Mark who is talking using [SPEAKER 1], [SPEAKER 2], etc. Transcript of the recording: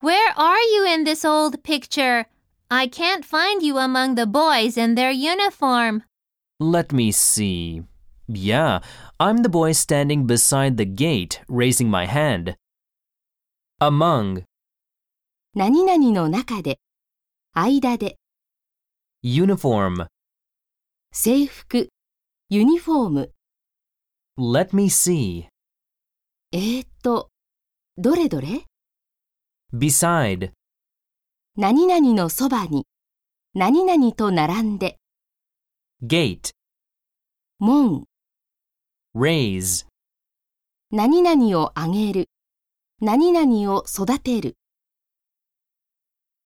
[SPEAKER 1] Where are you in this old picture? I can't find you among the boys in their uniform.
[SPEAKER 2] Let me see. Yeah, I'm the boy standing beside the gate, raising my hand. Among,
[SPEAKER 3] 何々の中で、間で、
[SPEAKER 2] uniform.
[SPEAKER 3] 制服、ユニフォーム、
[SPEAKER 2] Let me see.
[SPEAKER 3] えーっと、どれどれ
[SPEAKER 2] Beside,
[SPEAKER 3] 何々のそばに、何々と並んで、
[SPEAKER 2] gate.
[SPEAKER 3] 門、
[SPEAKER 2] Raise.
[SPEAKER 3] 何々をあげる、何々を育てる。